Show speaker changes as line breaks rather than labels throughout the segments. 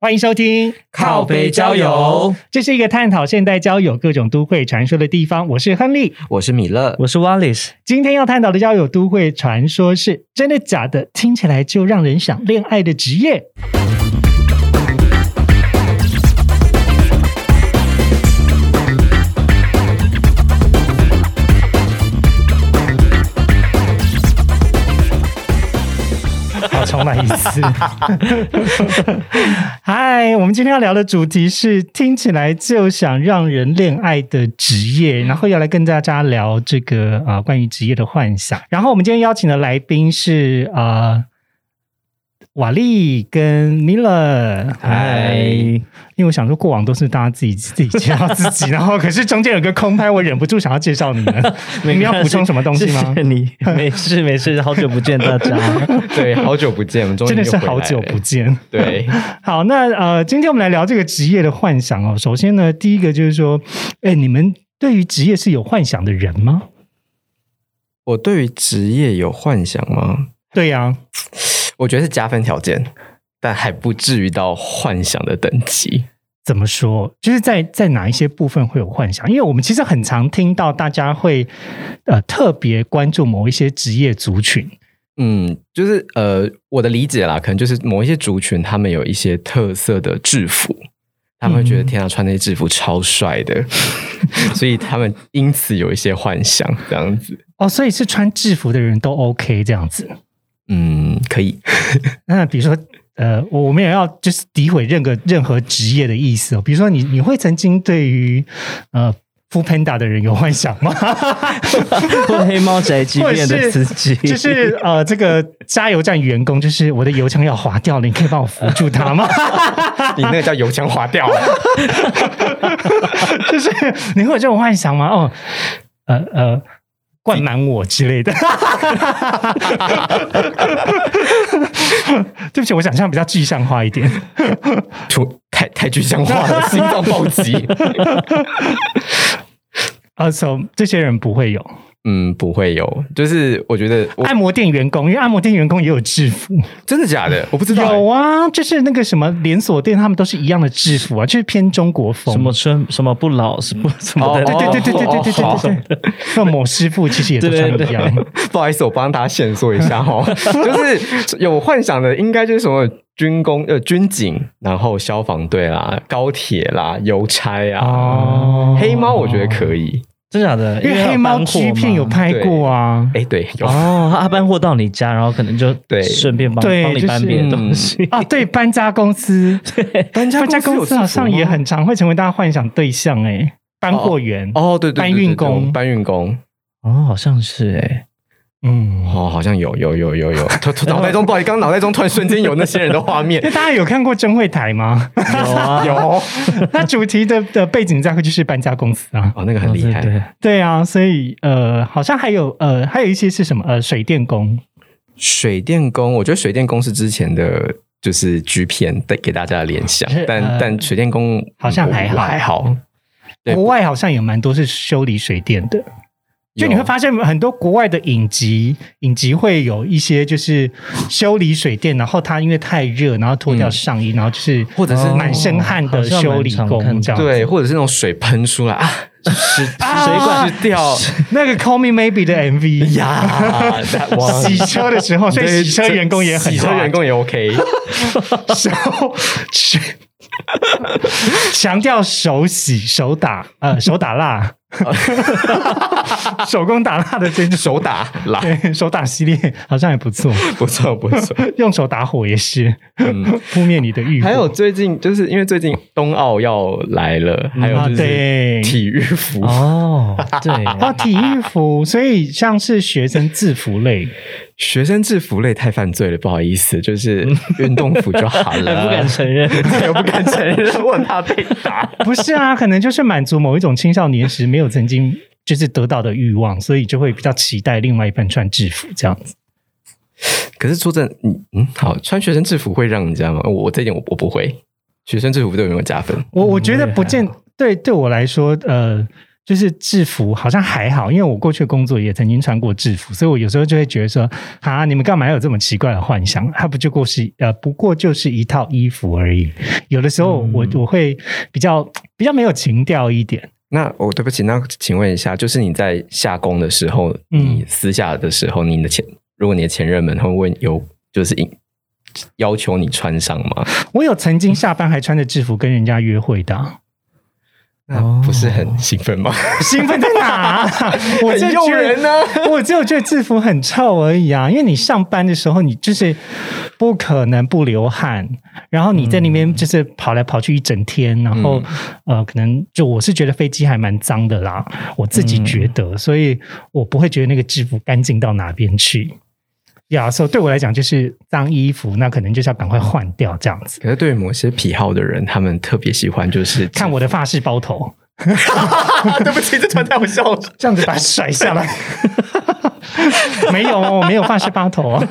欢迎收听《
靠北交友，
这是一个探讨现代交友各种都会传说的地方。我是亨利，
我是米勒，
我是 Wallace，
今天要探讨的交友都会传说是真的假的，听起来就让人想恋爱的职业。好重来一次。嗨，我们今天要聊的主题是听起来就想让人恋爱的职业，然后要来跟大家聊这个呃关于职业的幻想。然后我们今天邀请的来宾是呃瓦力跟 Miller。
嗨，
因为我想说过往都是大家自己自己介绍自己，然后可是中间有个空拍，我忍不住想要介绍你们。你们要补充什么东西吗
谢谢？你 没事没事，好久不见大家。
啊 对，好久不 见，我们终于
真的是
又回来
好
了
久不见。
对，
好，那呃，今天我们来聊这个职业的幻想哦。首先呢，第一个就是说，哎，你们对于职业是有幻想的人吗？
我对于职业有幻想吗？
对呀、
我觉得是加分条件，但还不至于到幻想的等级。
怎么说？就是在在哪一些部分会有幻想？因为我们其实很常听到大家会呃特别关注某一些职业族群，
嗯，就是呃，我的理解啦，可能就是某一些族群，他们有一些特色的制服，他们会觉得
嗯
天啊，穿那些制服超帅的， 所以他们因此有一些幻想，这样子。
哦，所以是穿制服的人都 OK 这样子。
嗯，可以。
那比如说，呃，我我们也要就是诋毁任何任何职业的意思哦。比如说你，你会曾经对于呃 f o o Panda 的人有幻想吗？
或黑猫宅急便的司机，
就是呃，这个加油站员工，就是我的油枪要滑掉了，你可以帮我扶住它吗？
你那个叫油腔滑调，啊
就是你会有这种幻想吗？哦，呃呃，灌满我之类的。 对不起，我想象比较具象化一点。
突太太具象化了，心脏暴击。
呃，so 这些人不会有
嗯，不会有，就是我觉得我
按摩店员工，因为按摩店员工也有制服。
真的假的，我不知道欸、
有啊，就是那个什么连锁店，他们都是一样的制服啊，就是偏中国风。
什么春什么不老什么 什么
哦
的，
哎对对对对对对对
哦
对对对，那某师傅其实也都穿的一样。
不好意思，我帮大家线索一下 哦，就是有幻想的，应该就是什么军工呃军警，然后消防队啦、高铁啦、邮差啊。
哦
黑猫我觉得可以，
真假的？
因为黑猫 G 片有
拍
拍过啊。
哎、对，有、
哦，他搬货到你家，然后可能就
对
顺便帮
对
帮你搬
就是
别的东西。
啊，对，搬家公司，搬
搬
家公
有
司好
制服
像也
吗
很常会成为大家幻想对象哎、搬货员，
哦，对对对对
搬运工
对对搬运工，
哦，好像是哎，
嗯，
哦，好像有有有有 有，突突脑袋中不好意思，刚刚脑袋中突然瞬间有那些人的画面
那，大家有看过真会台吗？
有啊，
有哦，
它主题的的背景大概就是搬家公司啊，
那个很厉害，
哦对对
对啊，所以呃，好像还有呃，还有一些是什么呃，水电工，
水电工，我觉得水电工是之前的，就是剧片带给大家的联想
是，
但、
呃
但水电工
好像还好
我还好。对
国外好像有蛮多是修理水电的。就你会发现很多国外的影集，影集会有一些就是修理水电，然后他因为太热，然后脱掉上衣，然后就是
或者是哦那种
满身汗的修理
好像蛮
工这
常看
样。
到
对，或者是那种水喷出 来啊，湿水管湿掉
那个 Call Me Maybe 的 MV，
呀，that one
洗车的时候，所以洗车员工也很
洗车员 工也 OK，
工手强调手洗手打呃手打 蜡，手工打蜡的这种
手打啦，
对手打系列好像也不 错，
不错不 错。
用手打火也是
嗯
扑灭你的欲火。
还有最近就是因为最近冬奥要来了，还有
啊
就
对
是体育服，
哦， 对，
哦，体育服，所以像是学生制服 类，
学生制服类太犯罪了，不好意思，就是
嗯
运动服就好
还
了，
不敢承认。
我不敢承认，我很怕被打。
不是啊，可能就是满足某一种青少年时没有曾经就是得到的欲望，所以就会比较期待另外一半穿制服这样子。
可是说真的，嗯嗯，好，穿学生制服会让人家吗？我我这一点我我不会，学生制服对我没有加分。
我我觉得不见
嗯
对对我来说，呃，就是制服好像还好，因为我过去的工作也曾经穿过制服，所以我有时候就会觉得说，啊，你们干嘛有这么奇怪的幻想？它不就过是呃，不过就是一套衣服而已。有的时候我、
嗯
我会比较比较没有情调一点。
那我、对不起，那请问一下，就是你在下工的时候，
嗯
你私下的时候，你的前如果你的前任们会问有就是引要求你穿上吗？
我有曾经下班还穿着制服跟人家约会的啊、
那不是很兴奋吗？
兴奋在哪？啊 我就
很
觉
诱
得
人啊呢、
我只有觉得制服很臭而已啊，因为你上班的时候，你就是不可能不流汗，然后你在那边就是跑来跑去一整天，然后、呃，可能就我是觉得飞机还蛮脏的啦，我自己觉得，所以我不会觉得那个制服干净到哪边去。呀，所以对我来讲就是脏衣服，那可能就是要赶快换掉这样子。
可是对于某些癖好的人，他们特别喜欢 就是
看我的发饰包头，
啊，对不起，这穿太好笑了。
这样子把它甩下来。没有哦，我没有发誓八头啊。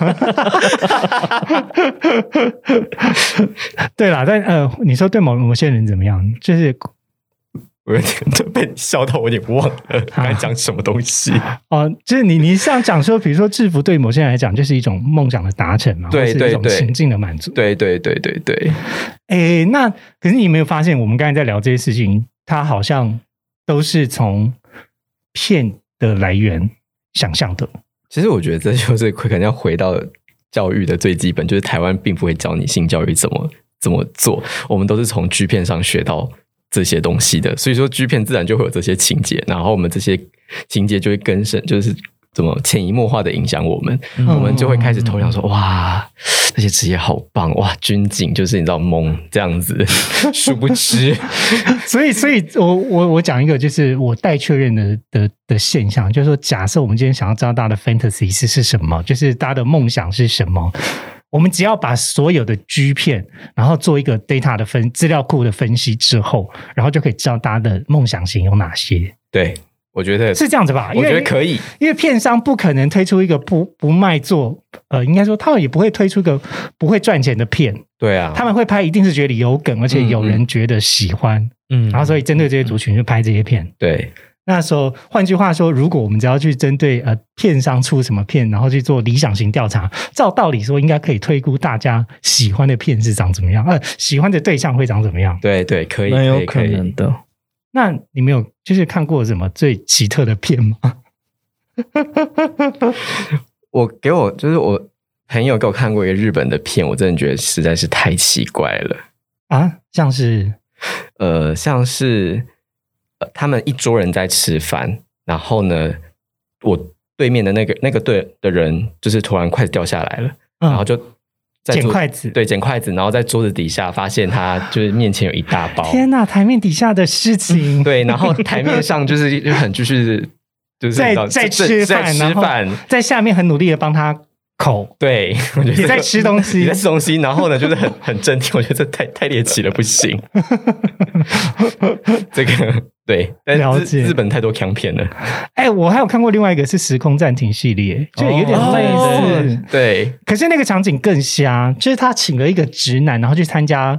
对啦，但呃，你说对某某些人怎么样？就是
我有点被你笑到，我有点忘了该讲什么东西。
哦、就是你你像讲说，比如说制服对某些人来讲就是一种梦想的达成嘛，
对
或是一种
对对
情境的满足。
对对对对对，
诶，那可是你有没有发现，我们刚才在聊这些事情，它好像都是从骗的来源想象的。
其实我觉得这就是可能要回到教育的最基本，就是台湾并不会教你性教育怎么怎么做，我们都是从 G 片上学到这些东西的，所以说 G 片自然就会有这些情节，然后我们这些情节就会更深，就是。怎么潜移默化的影响我们？
嗯
我们就会开始投降说：“哇，这些职业好棒！哇，军警就是你知道懵这样子。” 殊不知，
所以，所以我我我讲一个，就是我待确认的的的现象，就是说，假设我们今天想要知道大家的 fantasy 是是什么，就是大家的梦想是什么，我们只要把所有的 G 片，然后做一个 data 的分资料库的分析之后，然后就可以知道大家的梦想型有哪些，
对我觉得
是这样子吧？
我
因
觉得
为
可以，
因为片商不可能推出一个不不卖座，呃，应该说他们也不会推出一个不会赚钱的片，
对啊，
他们会拍一定是觉得有梗，而且有人觉得喜欢，
嗯
然后啊所以针对这些族群就拍这些片。
对
那时候，换句话说，如果我们只要去针对呃片商出什么片，然后去做理想型调查，照道理说应该可以推估大家喜欢的片是长怎么样，呃，喜欢的对象会长怎么样。
对对，可以，
蛮有
可
可
以可以
能的。
那你们有就是看过什么最奇特的片吗？
我给我就是我朋友给我看过一个日本的片，我真的觉得实在是太奇怪了。
啊，像是
呃，像是、呃、他们一桌人在吃饭，然后呢，我对面的那个那个对的人就是突然筷子掉下来了，
嗯，
然后就在
捡
桌
筷子
对捡筷子，然后在桌子底下发现他就是面前有一大包，
天哪，台面底下的事 情，
对，然后台面上就是就很就是就是
在
你知道
在
正
吃
在
饭，然
吃
后
饭，
在下面很努力的帮他口，
对， 我觉得
也在吃东西
你在吃东西，然后呢，就是很很正 经，我觉得这太太猎奇了，不行。这个对，但
了
是
解
日日本太多强片了，
哎，我还有看过另外一个是《时空暂停》系列，就有点
哦
类似。
哦
对，
可是那个场景更瞎，就是他请了一个直男，然后去参加，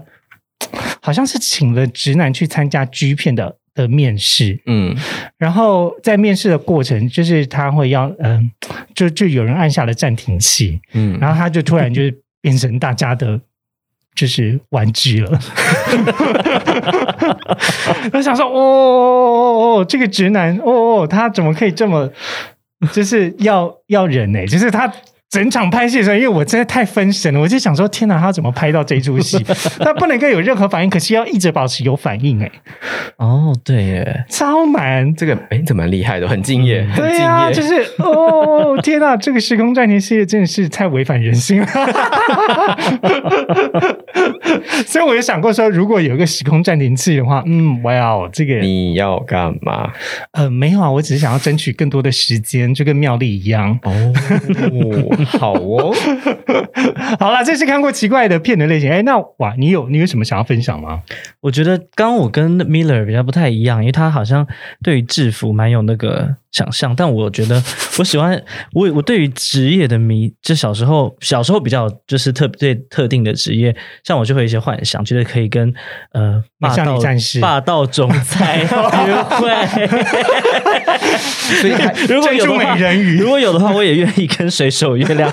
好像是请了直男去参加 G 片的的面试，
嗯，
然后在面试的过程，就是他会要，嗯、就就有人按下了暂停器，
嗯
然后他就突然就是变成大家的。就是玩具了， 我想说，哦哦哦哦，这个直男，哦哦，他怎么可以这么，就是要要忍呢、就是他整场拍戏的时候，因为我真的太分神了，我就想说，天哪，他怎么拍到这出戏？ 他不能够有任何反应，可是要一直保持有反应、欸，
哦，对耶，
超难。
这个哎，这蛮厉害的，很敬业， 很
对
敬
啊，
业。
就是哦，天哪， 这个时空暂停系列真的是太违反人性了。 所以我有想过说，如果有一个时空暂停器的话，嗯，哇哦，这个
你要干嘛？
呃没有啊，我只是想要争取更多的时间，就跟妙丽一样。
哦，好哦，
好啦，这是看过奇怪的片的类型。哎，那哇，你有你有什么想要分享吗？
我觉得刚刚我跟 Miller 比较不太一样，因为他好像对于制服蛮有那个想象，但我觉 得我喜欢我我对于职业的迷，就小时候小时候比较就是特对特定的职业，像我就会有一些幻想，觉得可以跟呃霸
像
道
你战士
霸 道总裁约会。
所以还
如果有的话，
珍珠美人鱼
如果有的话，我也愿意跟水手月亮。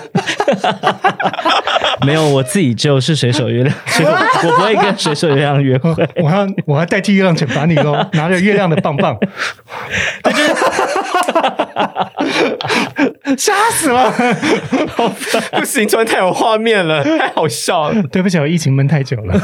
没有，我自己就是水手月亮， 所以我我不会跟水手月亮约会。
我要我要代替月亮惩罚你喽，拿着月亮的棒棒，吓死了！
不行，突然太有画面了，太好笑了。
对不起，我疫情闷太久了。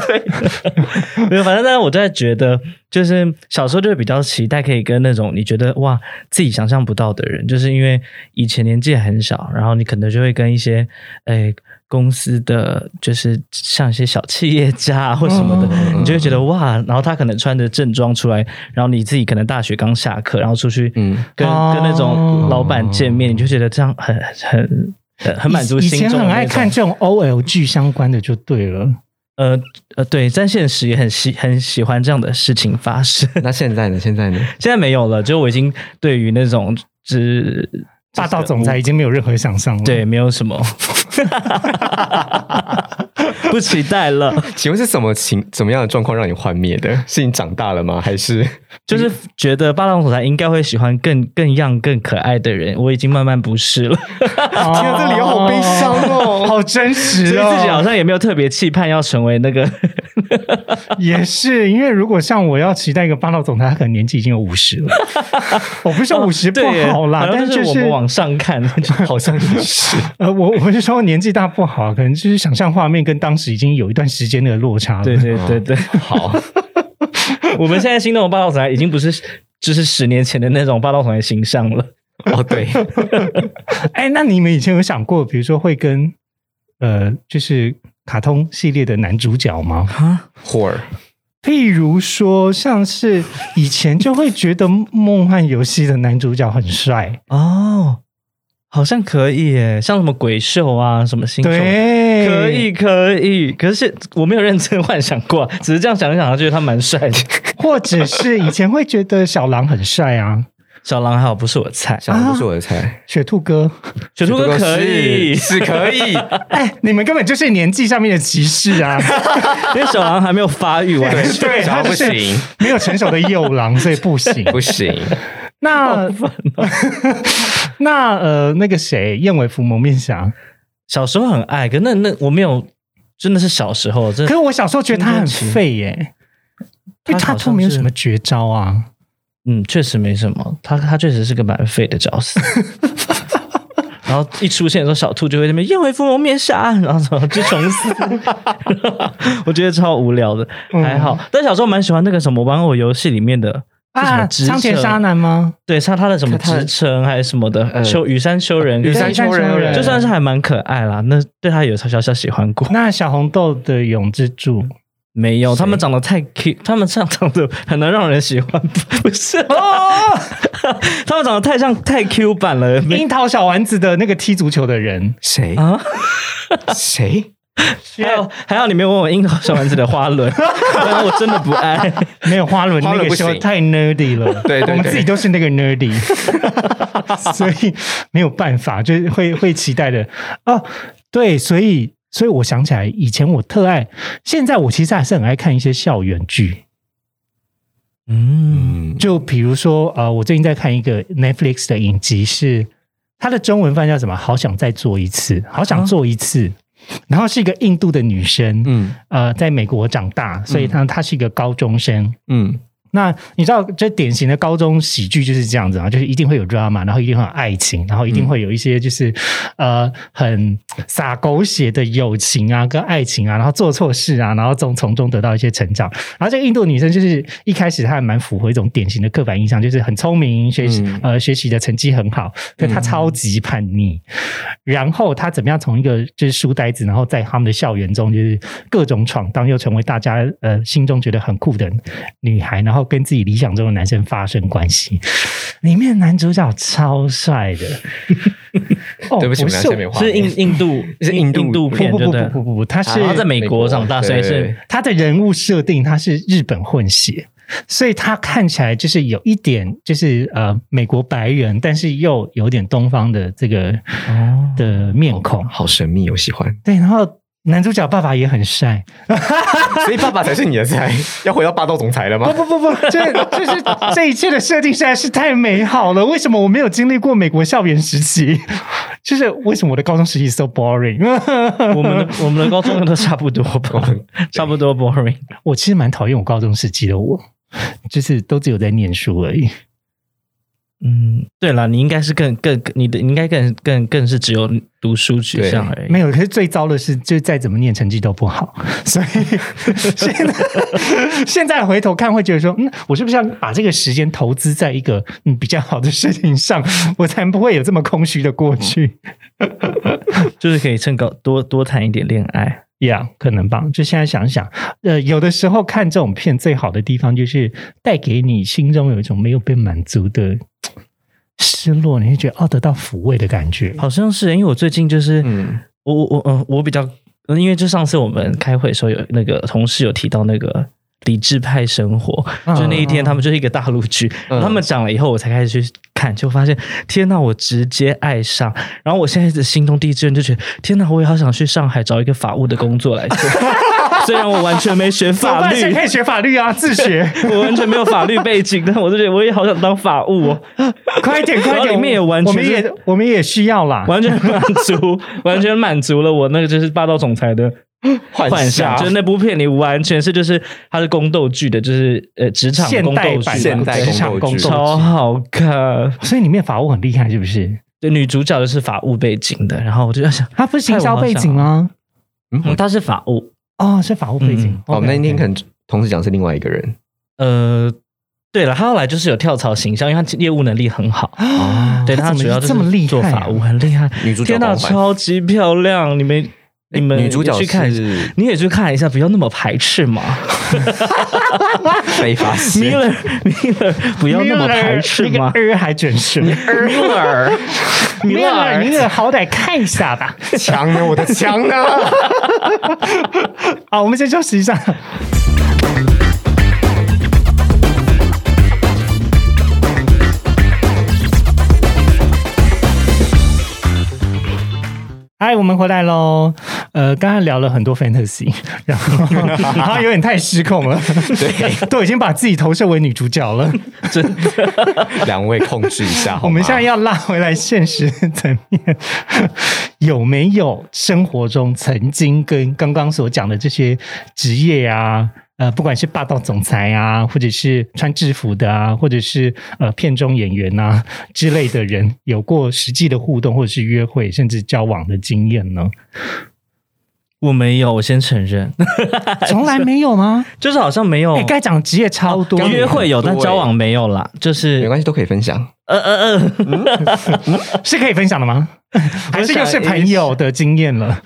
没有，反正呢，我在觉得，就是小时候就会比较期待可以跟那种你觉得哇自己想象不到的人，就是因为以前年纪很小，然后你可能就会跟一些诶。公司的就是像一些小企业家啊或什么的，
嗯
你就会觉得哇，然后他可能穿着正装出来，然后你自己可能大学刚下课，然后出去跟、
嗯
跟那
哦
种老板见面，你就觉得这样很很很很满足
以
心
前
中的
很
那
爱
种
看这种 OL 剧相关的，就对了。
呃呃，对，但现实也很喜很喜欢这样的事情发生。
那现在呢？现在呢？
现在没有了，就我已经对于那种只
霸道总裁已经没有任何想象了。
对没有 什么不期待了，
请问是什么情怎么样的状况让你幻灭的？是你长大了吗？还是
就是觉得霸道总裁应该会喜欢更更样更可爱的人，我已经慢慢不是 了，
哦，
天啊这理由好悲伤哦
好真实
所
哦，
以自己好像也没有特别期盼要成为那个
也是，因为如果像我要期待一个霸道总裁，他可能年纪已经有五 十了。我不是说五十不
哦对耶
好啦，
好像
但
就是
就
我
是
们往上 看，
好像是
呃，我我是说年纪大不好，可能就是想象画面跟当时已经有一段时间的落差了。
对对对对，
哦
好？
我们现在心动的霸道总裁已经不是就是十年前的那种霸道总裁形象了。
哦， 对，
哎，那你们以前有想过，比如说会跟呃，就是卡通系列的男主角吗？
霍尔
譬如说，像是以前就会觉得《梦幻游戏》的男主角很帅，
哦，好像可以耶，像什么鬼兽啊，什么星座。
对，
可以，可以，可是我没有认真幻想过，啊 只是这样想一想，觉得他蛮帅 的。
或者是以前会觉得小狼很帅 啊，
小狼还好不是我菜，
小啊狼不是我的菜，
雪兔哥，
雪兔哥啊可以，
是是可以，
哎，你们根本就是年纪上面的歧视啊！
因为小狼还没有发育完全。
对，
小
他
狼不
就是
行，
没有成熟的幼狼，所以不行。哦
不行，
那 那呃，那个谁，燕尾服蒙面侠，
小时候很爱，可那那我没有，真的是小时候，真
可
的
是我小时候觉得他很废耶、因为他都没有什么绝招啊。
嗯，确实没什么。他他确实是个蛮废的角 色。然后一出现的时候，小兔就会在那边燕尾服蒙面侠，然后什么就虫 死，我觉得超无聊的，
嗯
还好。但小时候蛮喜欢那个什么玩偶游戏里面的是什么
啊，
职
苍田
称
沙男吗？
对，像他的什么
他的
职称还是什么的，
呃
修羽山修人，
羽
山
山
丘
丘
人
人
就算是还蛮可爱啦。那对他有小小喜欢过，
那小红豆的永之助，
没有，他们长得太 Q，他们像长得很能让人喜欢，不是？啊
哦
他们长得太像太 Q 版了，没
樱桃小丸子的那个踢足球的人，
谁
啊？
谁？
还有还有，你没有问我樱桃小丸子的花 轮，然后我真的不爱。
没有花轮
花
那
轮
个
不
时候
行
太 nerdy 了，
对对对
我们自己都是那个 nerdy，所以没有办法，就是会会期待的哦。对，所以所以我想起来，以前我特爱，现在我其实还是很爱看一些校园剧，
嗯，
嗯，
就比如说呃，我最近在看一个 Netflix 的影集是，它的中文翻译叫什么？好想再做一次，好想做一次。然后是一个印度的女生，
嗯
呃，在美国长大，所以她她是一个高中生，
嗯
那你知道，这典型的高中喜剧就是这样子啊，就是一定会有 drama，然后一定会有爱情，然后一定会有一些就是、呃很洒狗血的友情啊，跟爱情啊，然后做错事啊，然后从从中得到一些成长。然后这个印度女生就是一开始她还蛮符合一种典型的刻板印象，就是很聪明，学习、
嗯
呃学习的成绩很好，可她超级叛逆。然后她怎么样从一个就是书呆子，然后在他们的校园中就是各种闯荡，又成为大家呃心中觉得很酷的女孩，然后跟自己 理想中的男生发生关系。里面男主角超帅的，哦
对不起，我们俩
是
现在没画
是
面
印印度
是印度
印度片，
不
对
不不
对
不不不，他是
啊他在美国长大，
美国
所以
对
是
他的人物设定他是日本混血，所以他看起来就是有一点就是呃美国白人，但是又有点东方的这个
哦，
的面孔。
好神秘，我
，
喜欢
对，然后男主角爸爸也很帅，
所以爸爸才是你的菜，要回到霸道总裁了吗
不？不不不， 这就是这一切的设定实在是太美好了。为什么我没有经历过美国校园时期？就是为什么我的高中时期 so boring？
我们的我们的高中都差不多 吧，差不多 boring。
我其实蛮讨厌我高中时期的我，就是都只有在念书而已。
嗯，对了，你应该是更更你的你应该更更更是只有读书取向而已。
没有，可是最糟的是，就再怎么念成绩都不 好，所以现在现在回头看会觉得说，嗯，我是不是要把这个时间投资在一个嗯比较好的事情上， 我才不会有这么空虚的过去？
嗯就是可以趁高多多谈一点恋爱。
呀、可能吧。就现在想想，呃，有的时候看这种片最好的地方就是带给你心中有一种没有被满足的失落，你会觉得哦得到抚慰的感觉。
好像是，因为我最近就 是，
嗯
我我我嗯，我比较，因为就上次我们开会的时候有那个同事有提到那个。理智派生活，
嗯
就那一天，他们就是一个大陆剧，
嗯
他们讲了以后，我才开始去看，就发现天呐，我直接爱上。然后我现在的心中第一志愿就觉得，天呐，我也好想去上海找一个法务的工作来做， 虽然我完全没学
怎么
法
办
律
现在，可以学法律啊，自学，
我完全没有法律背景，但我就觉得我也好想当法务、哦，
快一点，快一
然后
点！
里面也完全
我们
是
也我们也需要啦。
完全满足，完全满足了我那个就是霸道总裁的
幻
幻
想
想。就是那部片里完全是就是它是宫斗剧的，就是呃职场
现
宫
代
斗剧
版
嘛，
的
现代
职场
宫斗
宫
剧
超
斗
好看。
剧，所以里面法务很厉害，是不是？
对，女主角就是法务背景的，然后我就在想，
他不是行销背景吗？
嗯，
嗯，她是法务，
哦，是法务背景
嗯。
我们那天可
能
能同时讲是另外一个人
呃，对了，她后来就是有跳槽形象，因为她业务能力很好。
啊，
对，
她
她
怎么
主要就是
这么厉害
做法务，很厉害。
女主角
天呐，
光环
超级漂亮！你们你们
女主角
去看一下，
是
你也去看一下，不要那么排斥嘛。
被发
米
现，
勒，米勒，不要那么排斥嘛。
二还准时，
米 尔
米
勒尔
勒，米勒，好歹看一下吧。
枪啊呢？我的啊枪呢？
好，我们先休息一下。嗨，我们回来喽。呃，刚才聊了很多 fantasy，然后然后有点太失控了，对， 都已经把自己投射为女主角了。
两位控制一下，好吗
我们现在要拉回来现实层面，有没有生活中曾经跟刚刚所讲的这些职业啊，呃，不管是霸道总裁啊，或者是穿制服的啊，或者是呃片中演员啊之类的人，有过实际的互动或者是约会甚至交往的经验呢？
我没有，我先承认，
从来没有吗？
就是好像没有
哎，该讲的职业超多的，
哦约会有，但交往没有啦。就
没
是
关系，都可以分享。
呃呃呃，
是可以分享的吗？还是又是朋友的经验了？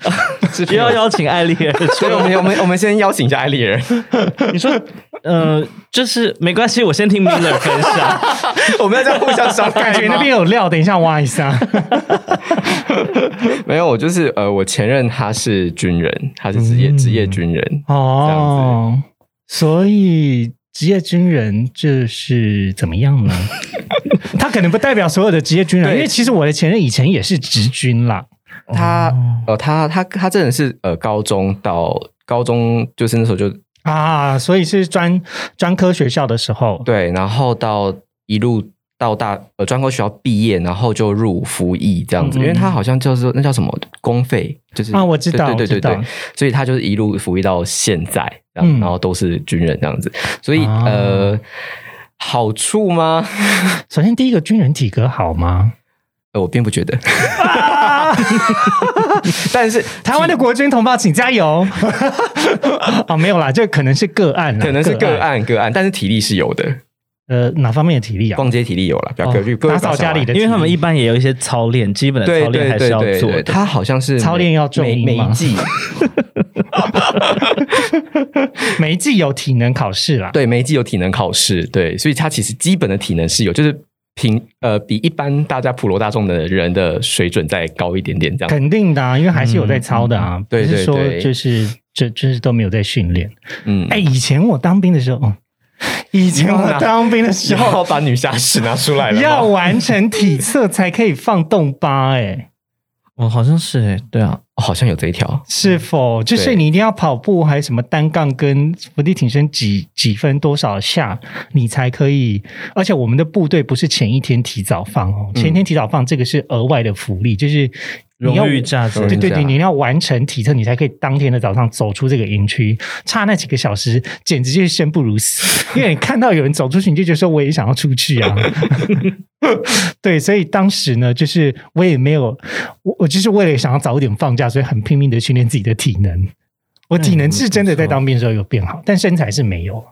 是
不要邀请艾丽儿
所以我
出
们我们我们先邀请一下艾丽人，
来。你说呃，就是没关系，我先听米勒分 享。
我们要这样互相伤害
感觉
吗
那边有料，等一下挖一下。
没有，我就是呃，我前任他是军人，他是职业
嗯
职业军人，
哦，所以职业军人就是怎么样呢？ 他可能不代表所有的职业军人，
对
因为其实我的前任以前也是职军啦。
他呃他他他真的是呃高中到高中就是那时候就
啊，所以是专专科学校的时候，
对，然后到一路到大呃专科学校毕业，然后就入服役这样子，
嗯
因为他好像叫做那叫什么公费，就是
啊我知道
对对对
我知道
对对，所以他就是一路服役到现在，这
嗯
样然后都是军人这样子，所以
啊
呃好处吗？
首先第一个军人体格好吗？
呃，我并不觉得， 但是
台湾的国军同胞，请加油！ 哦，没有啦，这可能是个案啦，
可能是个。案个案，但是体力是有的，
呃，哪方面的体力啊？
逛街体力有了，不要
哦
各位各位
打
不要
扫
想
家里
歪
的体力，
因为他们一般也有一些操练，基本的
对
操练
对
还是
对
要
对
做
对，
的。
他好像是
操
每
练要重
每
音
每
吗
一季，
每一季有体能考试啦。
对每一季有体能考试，对，所以他其实基本的体能是有，就是平呃比一般大家普罗大众的人的水准再高一点点这样。
肯定的、啊，因为还是有在操的啊，不
嗯对
是
对
说
对
就是这就是都没有在训练。
嗯，
哎，以前我当兵的时候，哦以前
要
我
拿
当兵的时
然
候
后把女侠史拿出来了吗，哦
要完成体测才可以放动八，哎，
哦，好像是哎，对啊，
好像有这一条，
是否就是
对
你一定要跑步，还有什么单杠跟伏地挺身
嗯
几几分多少下，你才可以？而且我们的部队不是前一天提早放哦，
嗯
前一天提早放这个是额外的福利，就是你要
荣誉价值
荣，
对
誉
对对，
假
你要完成体测，你才可以当天的早上走出这个营区。差那几个小时，简直就是生不如死。因为你看到有人走出去，你就觉得说我也想要出去啊。 对，所以当时呢，就是我也没有，我我就是为了想要早点放假，所以很拼命的训练自己的体能。我体能是真的在当兵的时候有变好，但身材是没有。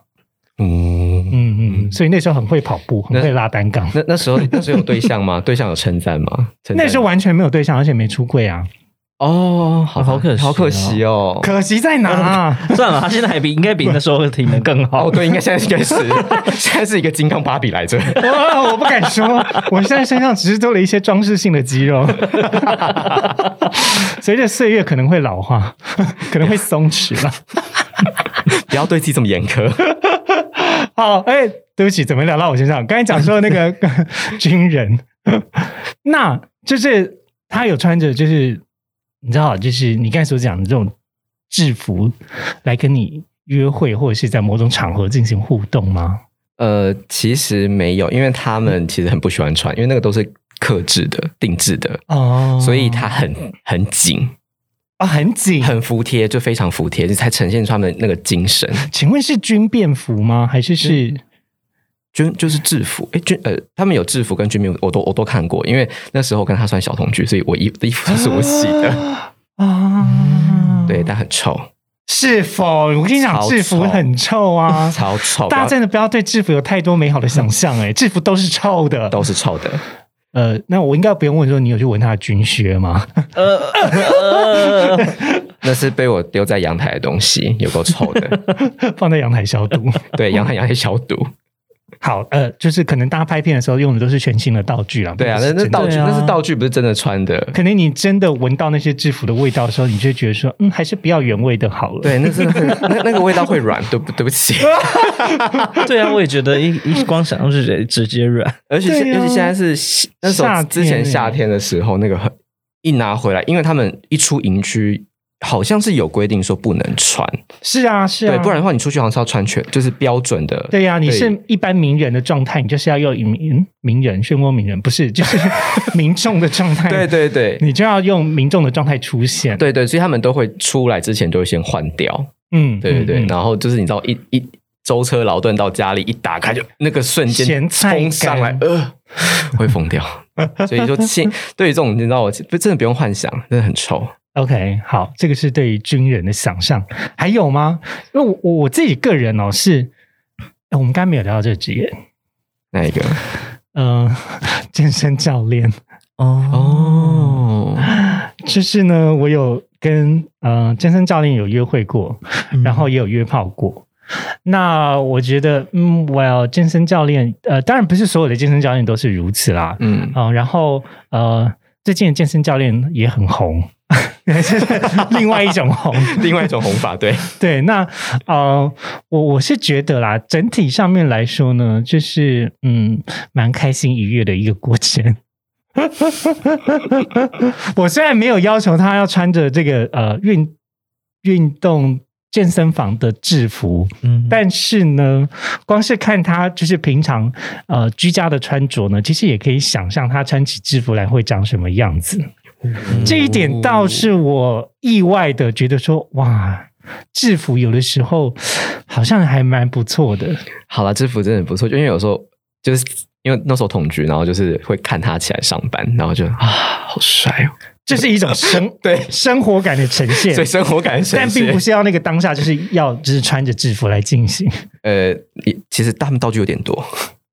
嗯。
嗯嗯，嗯所以那时候很会跑步，很
那
会拉单杠。
那那时候那时候有对象吗？对象有称赞吗？称赞
那时候完全没有对象，而且没出柜啊，
哦，好吧
好可惜哦
好可惜哦。
可惜在哪、啊？
算了，他现在还比应该比那时候体能更好
哦，。对，应该现在应该是现在是一个金刚芭比来着。
哇，我不敢说，我现在身上只是多了一些装饰性的肌肉。 随着岁月可能会老化，可能会松弛了。
不要对自己这么严苛。
好，哎、对不起，怎么聊到我身上？刚才讲说那 个军人， 那就是他有穿着，就是你知道，就是你刚才所讲的这种制服来跟你约会，或者是在某种场合进行互动吗？
呃，其实没有，因为他们其实很不喜欢穿，因为那个都是克制的、定制的，
哦
所以它很很紧，
啊、很紧。
很服帖，就非常服帖，才呈现出他们那个精神。
请问是军便服吗？还是是？
军就是制服，哎，军呃，他们有制服跟军服，我都我都看过，因为那时候跟他算小童军，所以我衣衣服都是我洗的，
啊，
对，，但很臭，
是否？我跟你讲，
超
制服
臭
很臭啊！
超臭，
大家
不要
真的不要对制服有太多美好的想象，哎，制服都是臭的。
都是臭的。
呃，那我应该不用问说你有去闻他的军靴吗？
呃呃，呃
那是被我丢在阳台的东西，有够臭的。
放在阳台消毒。
对，阳台阳台消毒。
好，呃，就是可能大家拍片的时候用的都是全新的道具啦。
对啊，
不是
那那
真的
道具、
对啊
那是道具，不是真的穿的。
可能你真的闻到那些制服的味道的时候，你就觉得说，嗯，还是不要原味的好了。
对，那是那那个味道会软，对不对不起。
对啊，我也觉得一一光想到是直接软，
而且、
对啊
尤其现在是那时
夏
候
天
之前
欸
夏天的时候，那个很一拿回来，因为他们一出营区。好像是有规定说不能穿，
是啊，是啊，
对，不然的话你出去好像是要穿全，就是标准的。
对呀、啊你是一般名人的状态，你就是要用名嗯名人、漩涡名人，不是就是 民众的状态。
对对对
你就要用民众的状态出现。，
对对，所以他们都会出来之前都会先换掉，
嗯，
对对对。
嗯嗯
然后就是你知道一一舟车劳顿到家里一打开就那个瞬
咸
间
菜
冲上来
感，
呃，会疯掉。所 以说，现对于这种你知道我不真的不用幻想，真的很臭。
OK，好，这个是对于军人的想象。还有吗？因为我我我自己个人哦是，哎我们刚刚没有聊到这个职业，
那一个？
嗯、 健身教练。
哦
哦，
就是呢，我有跟呃健身教练有约会过， 然后也有约炮过。那我觉得，嗯，Well，健身教练，呃，当然不是所有的健身教练都是如此啦，
嗯，
嗯、然后呃，最近的健身教练也很红， 是另外一种红，
另外一种红法，对，
对，那呃，我我是觉得啦，整体上面来说呢，就是嗯，蛮开心愉悦的一个过程。 我虽然没有要求他要穿着这个呃运运动健身房的制服，
嗯，
但是呢，光是看他就是平常呃居家的穿着呢，其实也可以想象他穿起制服来会长什么样子。这一点倒是我意外的觉得说，哇，制服有的时候好像还蛮不错的。
好了，制服真的不错，就因为有时候就是因为那时候同居，然后就是会看他起来上班，然后就啊，好帅哦，
这是一种生
对
生活感的呈现
所以，生活感神
但并不是要那个当下就是要就是穿着制服来进行
呃，也其实他们道具有点多，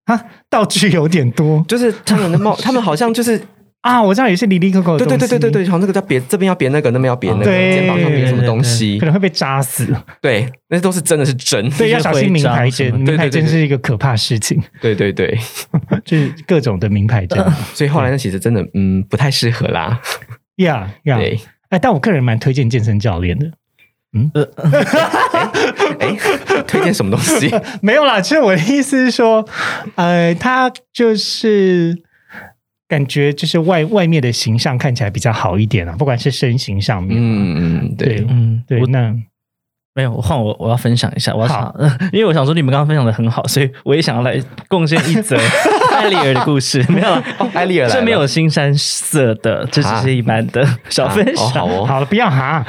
啊啊，道具有点多。
就是他们的帽，他们好像就是
啊，我知道有一些离离扣扣的
对对
东西，
对对对对，好像那个叫别这边要别那个，那边要别那个，
对
肩膀上别什么东西
可，能会被扎死，
对，那都是真的是真，
所以要小心名牌
徽章什
针。
么
名牌
对对对
针
对
是一个可怕事情，
对对对，
就是各种的名牌针。
所以后来呢，其实真的嗯不太适合啦，
Yeah yeah，
对，
哎，但我个人蛮推荐健身教练的。
哎，推荐什么东西？
没有啦，其实我的意思是说，呃，他就是感觉就是外外面的形象看起来比较好一点啊，不管是身形上面，
嗯嗯，对，
嗯，
对，
我
那
没有，我换我我要分享一下，我要
好
想，因为我想说你们刚刚分享的很好，所以我也想要来贡献一则艾丽尔的故事，没有啦，
哦艾丽尔来了
这没有新山色的，这只是一般的小分
啊哦
享
好。哦，
好了，不要哈，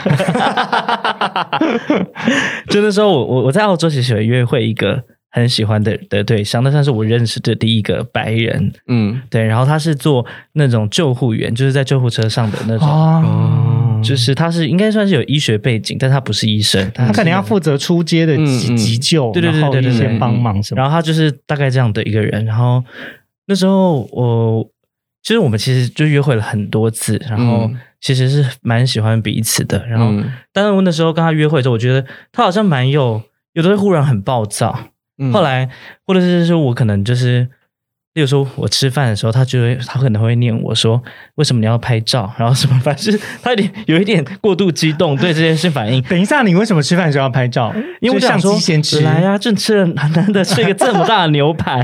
就那时候我我我在澳洲其实有约会一个很喜欢的的对象，那算是我认识的第一个白人，
嗯
对，然后他是做那种救护员，就是在救护车上的那种，
哦，
就是他是应该算是有医学背景，但他不是医生，他
他
是
可能要负责出街的急
嗯嗯
急救，
对对对
然后
对对
一
对嗯
些
对
帮忙什么，
然后他就是大概这样的一个人。然后那时候我其实我们其实就约会了很多次，然后
嗯
其实是蛮喜欢彼此的。然后，
嗯
但是我那时候跟他约会的时候，我觉得他好像蛮有，有的会忽然很暴躁，
嗯
后来或者是说我可能就是。例如说，我吃饭的时候，他就会，他可能会念我说：“为什么你要拍照？”然后什么，反正就是他有点有一点过度激动，对这件事反应
等一下，你为什么吃饭的时候要拍照？
因为我
就相
想说
机先吃，
来呀、正吃了难得吃一个这么大的牛 排。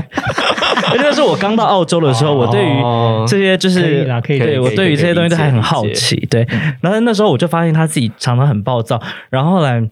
而且那是我刚到澳洲的时候，我对
哦
于这些就
哦可以
是
啦可以可以
对我
可以
对于这些东西都还很好奇。对，
嗯
然后那时候我就发现他自己常常很暴躁，然后后来。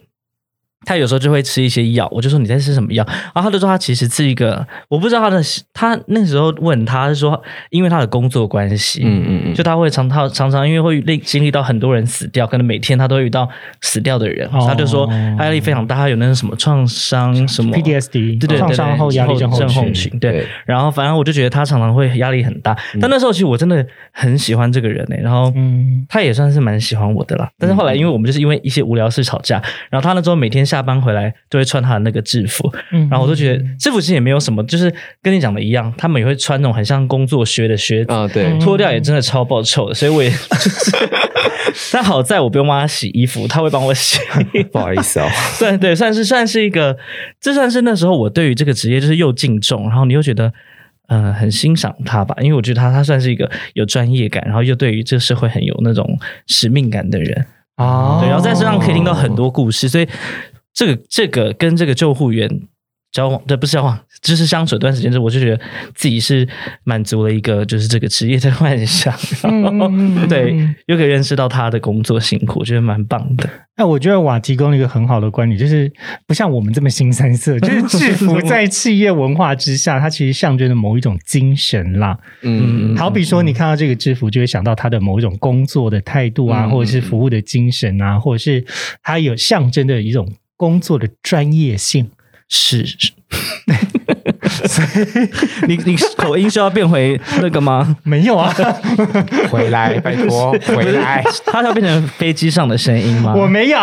他有时候就会吃一些药，我就说你在吃什么药，然后他就说他其实是一个，我不知道他的，他那时候问他是说，因为他的工作关系，
嗯嗯嗯，
就他会常他常常因为会历经历到很多人死掉，可能每天他都会遇到死掉的人，
哦
他就说他压力非常大，他有那种什么创伤什么
PDSD
对对对
创伤后压力症
症
候群
候群，对。然后反正我就觉得他常常会压力很大，但那时候其实我真的很喜欢这个人呢、欸然后
嗯，
他也算是蛮喜欢我的啦。但是后来因为我们就是因为一些无聊事吵架，然后他那时候每天下班回来就会穿他的那个制服，
嗯
然后我都觉得制服其实也没有什么，就是跟你讲的一样，他们也会穿那种很像工作靴的靴子，
啊 对
嗯，
脱掉也真的超爆臭的，所以我也就是， 但好在我不用帮他洗衣服，他会帮我洗。
不好意思哦，
算对，算是算是一个，这算是那时候我对于这个职业就是又敬重，然后你又觉得。呃，很欣赏他吧，因为我觉得他他算是一个有专业感，然后又对于这个社会很有那种使命感的人。
哦
对，然后在身上可以听到很
哦
多故事，所以这个这个跟这个救护员交往，对，不是交往，就是相处一段时间之后，我就觉得自己是满足了一个就是这个职业的幻想，
嗯
然后
嗯嗯
对，又可以认识到他的工作辛苦，我觉得蛮棒的。
那我觉得瓦提供了一个很好的观点，就是不像我们这么新三色，就是制 服在企业文化之下，它其实象征着某一种精神啦。
嗯，嗯
好比说，你看到这个制服，就会想到他的某一种工作的态度啊，
嗯
或者是服务的精神啊，或者是它有象征的一种工作的专业性。
是，是你你口音需要变回那个吗？
没有 啊，
嗯
回来，拜托，回来！
它要变成飞机上的声音吗？
我 没有。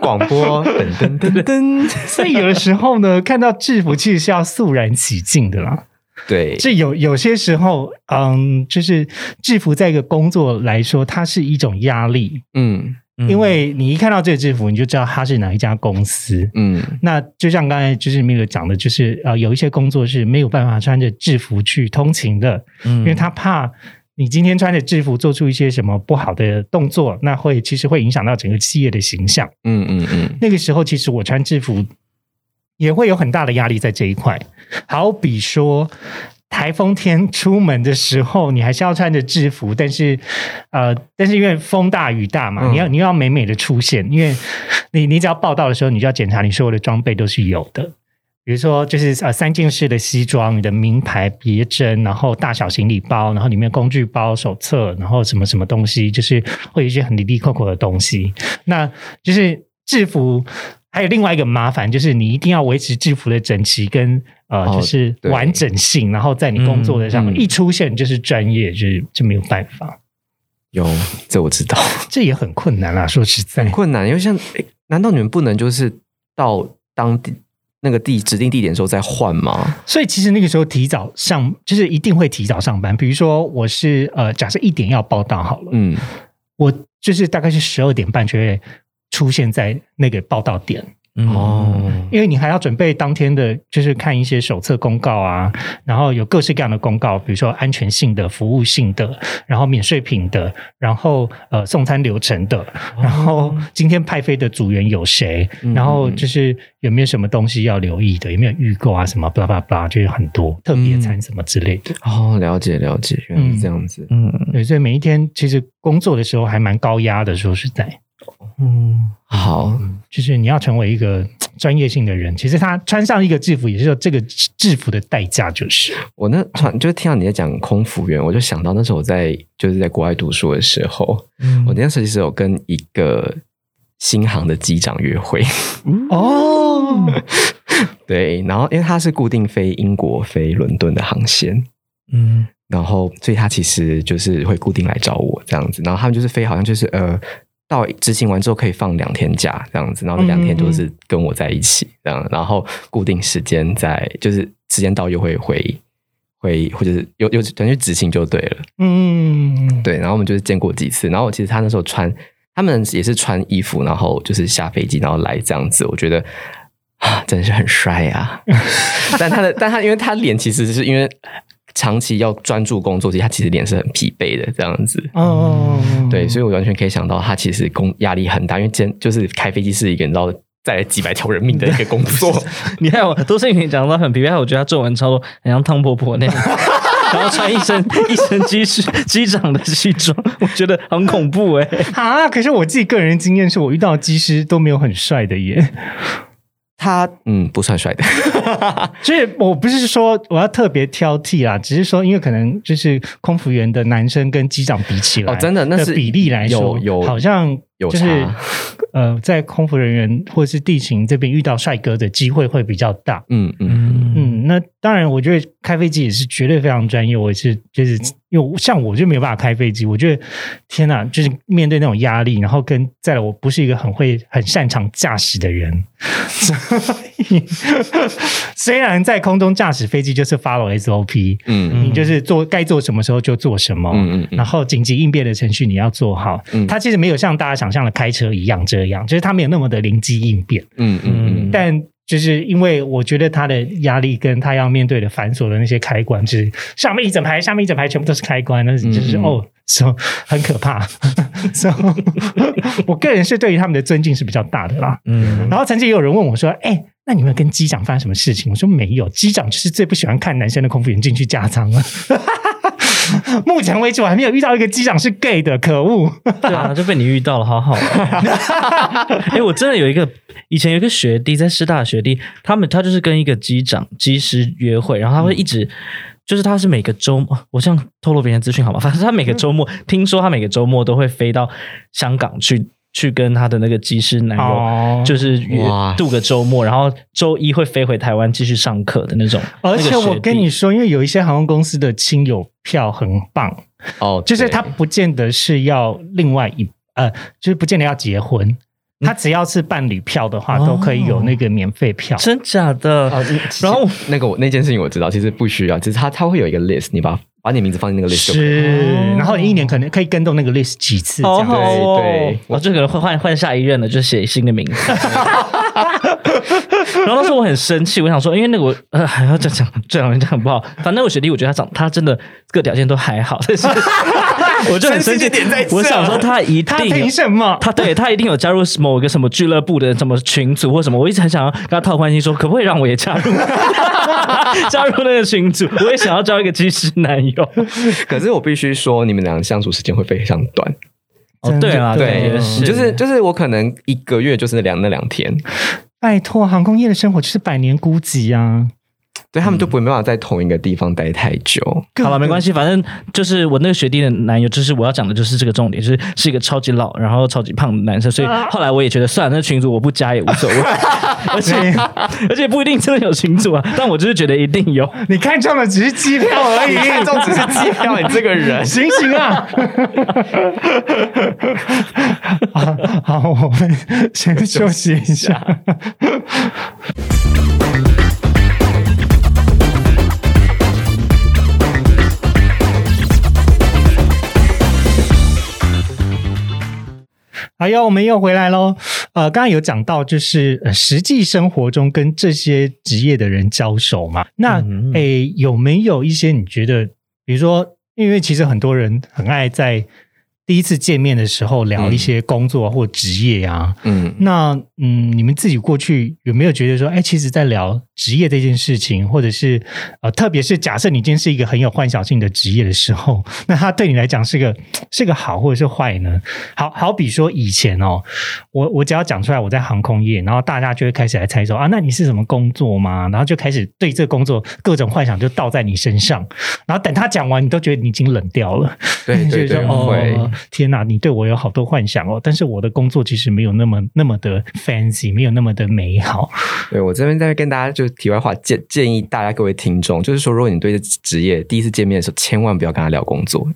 广播等等等等，
所以有的时候呢，看到制服其实是要肃然起敬的啦。
对，
这有有些时候，嗯，就是制服在一个工作来说，它是一种压力，
嗯
嗯
因为你一看到这个制服，你就知道它是哪一家公司。
嗯
那就像刚才就是米勒讲的，就是呃，有一些工作是没有办法穿着制服去通勤的，因
因
为他怕你今天穿着制服做出一些什么不好的动作，那会其实会影响到整个企业的形象。
嗯嗯嗯，
那个时候，其实我穿制服也会有很大的压力在这一块。好比说，台风天出门的时候，你还是要穿着制服，但是呃，但是因为风大雨大嘛，
嗯
你要你要美美的出现，因为你你只要报道的时候，你就要检查你所有的装备都是有的。比如说，就是呃三进式的西装，你的名牌别针，然后大小行李包，然后里面工具包、手册，然后什么什么东西，就是会有一些很离离扣扣的东西。那就是制服还有另外一个麻烦，就是你一定要维持制服的整齐跟呃，
哦
就是
对
完整性，然后在你工作的上面、
嗯嗯
一出现就是专业，就是就没有办法，
有这我 知道，
这也很困难啦。说实在
很，困难，因为像，诶难道你们不能就是到当地那个地指定地点的时候再换吗？
所以其实那个时候提早上，就是一定会提早上班。比如说我是呃，假设一点要报到好了，
嗯，
我就是大概是十二点半就会出现在那个报到点。
嗯
哦，
因为你还要准备当天的，就是看一些手册公告啊，然后有各式各样的公告，比如说安全性的、服务性的，然后免税品的，然后呃送餐流程的，然后今天派飞的组员有谁，然后就是有没有什么东西要留意的，有没有预购啊什么，巴拉巴拉，就是很多特别餐什么之类的。
哦，了解了解，原来是这样子。
嗯
对，所以每一天其实工作的时候还蛮高压的，说实在。
嗯，
好，
就是你要成为一个专业性的人，其实他穿上一个制服，也是说这个制服的代价就是，
我那传就是听到你在讲空服员，我就想到那时候我在就是在国外读书的时候，
嗯
我那时候其实有跟一个新航的机长约会。
哦，
对，然后因为它是固定飞英国、飞伦敦的航线，
嗯
然后所以他其实就是会固定来找我这样子，然后他们就是飞，好像就是呃，到执行完之后可以放两天假这样子，然后那两天就是跟我在一起这样，然后固定时间在就是时间到又会回回或者是有有等于执行就对了，
嗯，
对，然后我们就是见过几次，然后其实他那时候穿，他们也是穿衣服，然后就是下飞机然后来这样子，我觉得。啊，真的是很帅啊！但他的，但他因为他脸其实是因为长期要专注工作，其实他其实脸是很疲惫的这样子。
哦，
对，所以我完全可以想到他其实工压力很大，因为今天就是开飞机是一个你知道带来几百条人命的一个工作。
你看我都是你讲到很疲惫，害我觉得他皱纹超多，很像汤婆婆那样。然后穿一身 一身机师机长的西装，我觉得很恐怖哎、
啊，可是我自己个人经验是我遇到的技师都没有很帅的耶，
他嗯不算帅的，
就是我不是说我要特别挑剔啦，只是说因为可能就是空服员的男生跟机长比起来，
哦真的那是
比例来说，
有有
好像
有
就
差
是呃，在空服人员或是地勤这边遇到帅哥的机会会比较大，
嗯嗯，
嗯
嗯，那当然，我觉得开飞机也是绝对非常专业。我也是就是因为我像我就没有办法开飞机，我觉得天哪，就是面对那种压力，然后跟再来，我不是一个很会很擅长驾驶的人， 所以虽然在空中驾驶飞机就是 follow SOP，
嗯
你就是做该做什么时候就做什么，
嗯嗯嗯
然后紧急应变的程序你要做好。
嗯
它其实没有像大家想象的开车一样这样，就是它没有那么的灵机应变。
嗯嗯嗯，
但就是因为我觉得他的压力跟他要面对的繁琐的那些开关，就是上面一整排，下面一整排全部都是开关，那就是、
嗯嗯
哦，so, 很可怕。so, 我个人是对于他们的尊敬是比较大的啦。
嗯，
然后曾经也有人问我说：“哎、那你们跟机长发生什么事情？”我说：“没有，机长就是最不喜欢看男生的空服员进去加仓了。” 目前为止，我还没有遇到一个机长是 gay 的，可恶！
对啊，就被你遇到了，好好玩。哎、我真的有一个以前有一个学弟在师大的学弟，他们他就是跟一个机长机师约会，然后他会一直。就是他是每个周末，我这样透露别人资讯好吗？反正他每个周末，听说他每个周末都会飞到香港去，去跟他的那个机师男友，
哦
就是约
哇
度个周末，然后周一会飞回台湾继续上课的那种。
而
那
且
个学
我跟
弟
你说，因为有一些航空公司的亲友票很棒，
哦，
就是
对
他不见得是要另外一呃，就是不见得要结婚，
嗯
他只要是伴侣票的话，
哦
都可以有那个免费票。
真假的，啊然后
那个我那件事情我知道，其实不需要，只是他他会有一个 list，你把把你名字放进那个 list 就可以了。
是
哦，
然后你一年可能可以跟动那个 list 几次这
好
样。
好哦，
对对
我就可能换换换下一任了，就写新的名字。 然后当时我很生气，我想说，因为那个我呃还要这样讲，这样人家很不好。反正我学弟，我觉得他长他真的各条件都还好，但是 我就很生气。我想说他一
他
定有
凭什么？
他对他一定有加入某个什么俱乐部的什么群组或什么，我一直很想要跟他套关系，说可不可以让我也加入 加入那个群组，我也想要交一个技师男友。
可是我必须说，你们俩相处时间会非常短。
哦，对啊，
真的
对，也是
就是就是我可能一个月就是那两那两天，
拜托，航空业的生活就是百年孤寂啊！
对他们就不没办法在同一个地方待太久。
好了，没关系，反正就是我那个学弟的男友，就是我要讲的，就是这个重点，就是是一个超级老，然后超级胖的男生，所以后来我也觉得算了，那群主我不加也无所谓，而且 而且不一定真的有群主啊，但我就是觉得一定有，
你看中的只是机票而 已，
看中只是机票，你这个 人
行行 啊！好，好我们先休息一下。哎呦，我们又回来喽。呃，刚刚有讲到，就是、呃、实际生活中跟这些职业的人交手嘛。那
嗯
诶、有没有一些你觉得，比如说，因为其实很多人很爱在第一次见面的时候聊一些工作或职业啊。
嗯，
那嗯，你们自己过去有没有觉得说，哎，其实，在聊职业这件事情，或者是呃，特别是假设你今天是一个很有幻想性的职业的时候， 那它对你来讲是个是个好或者是坏呢？好好比说以前哦，我我只要讲出来我在航空业，然后大家就会开始来猜说啊，那你是什么工作嘛？然后就开始对这个工作各种幻想就倒在你身上，然后等他讲完，你都觉得你已经冷掉了。
对
就
对
是说
对，会。
哦，天哪，你对我有好多幻想哦，但是我的工作其实没有那么那么的 fancy，没有那么的美好。
对我这边再跟大家就题外话建建议大家各位听众，就是说，如果你对这职业第一次见面的时候，千万不要跟他聊工作，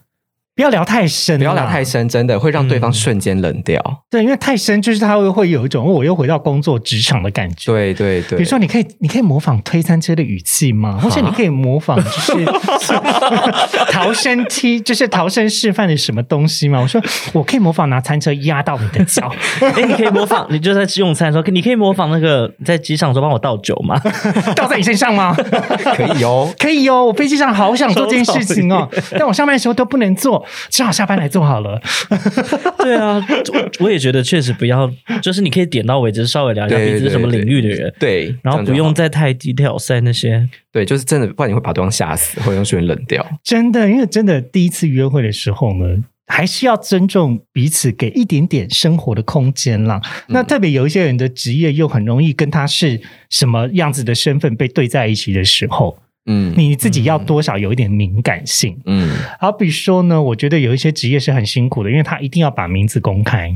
不要聊太深，啊
不要聊太。深，真的会让对
嗯
方瞬间冷掉。
对，因为太深就是他会会有一种哦我又回到工作职场的感觉。
对对对，啊
比如说，你可以你可以模仿推餐车的语气吗？或者你可以模仿就是 逃生梯，就是逃生示范的什么东西吗？我说我可以模仿拿餐车压到你的脚，
哎，你可以模仿，你就在用餐的时候，你可以模仿那个在机场的时候帮我倒酒吗？
倒在你身上吗？，
可以哦
可以哦，我飞机上好想做这件事情哦， 但我上班的时候都不能做，只好下班来做好了。
对啊，我我也觉得确实不要，就是你可以点到为止，稍微聊一下
对
彼此是什么领域的人，
对，这
然后
样就
不
好
用再太 detail 在那些。
对，就是真的，不然你会把对方吓死，会让瞬间冷掉。
真的，因为真的第一次约会的时候呢，还是要尊重彼此，给一点点生活的空间啦。那特别有一些人的职业又很容易跟他是什么样子的身份被对在一起的时候，
嗯
你自己要多少有一点敏感性。
嗯，
好比说呢，我觉得有一些职业是很辛苦的，因为他一定要把名字公开，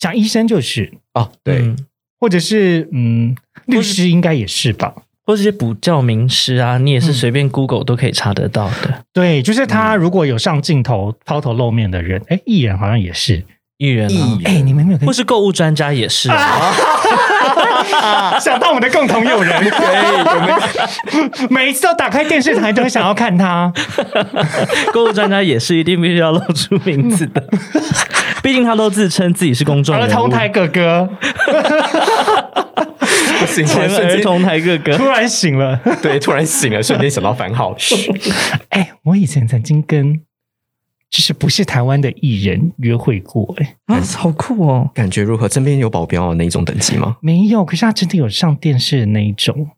像医生就是，
哦，对，
嗯，
或者是嗯，律师应该也是吧。
或是一些补教名师啊，你也
嗯
是随便 Google 都可以查得到的。
对，就是他如果有上镜头、抛头露面的人，哎，艺人好像也是。
艺人啊，
哎，你们有没有跟
或是购物专家也是 啊，
啊想到我们的共同友 人？ 每一次都打开电视台都会想要看他。
购物专家也是一定必须要露出名字 的，毕竟他都自称自己是公众
好了，
人物
同，台哥哥
不行，突
前
然
儿
瞬间，
童台哥 哥
突。然醒了。
对，突然醒了，瞬间想到番号，嘘
哎，我以前曾经跟就是不是台湾的艺人约会过，哎，
啊，好酷哦！
感觉如何？身边有保镖的那一种等级吗？
没有，可是他真的有上电视的那一种。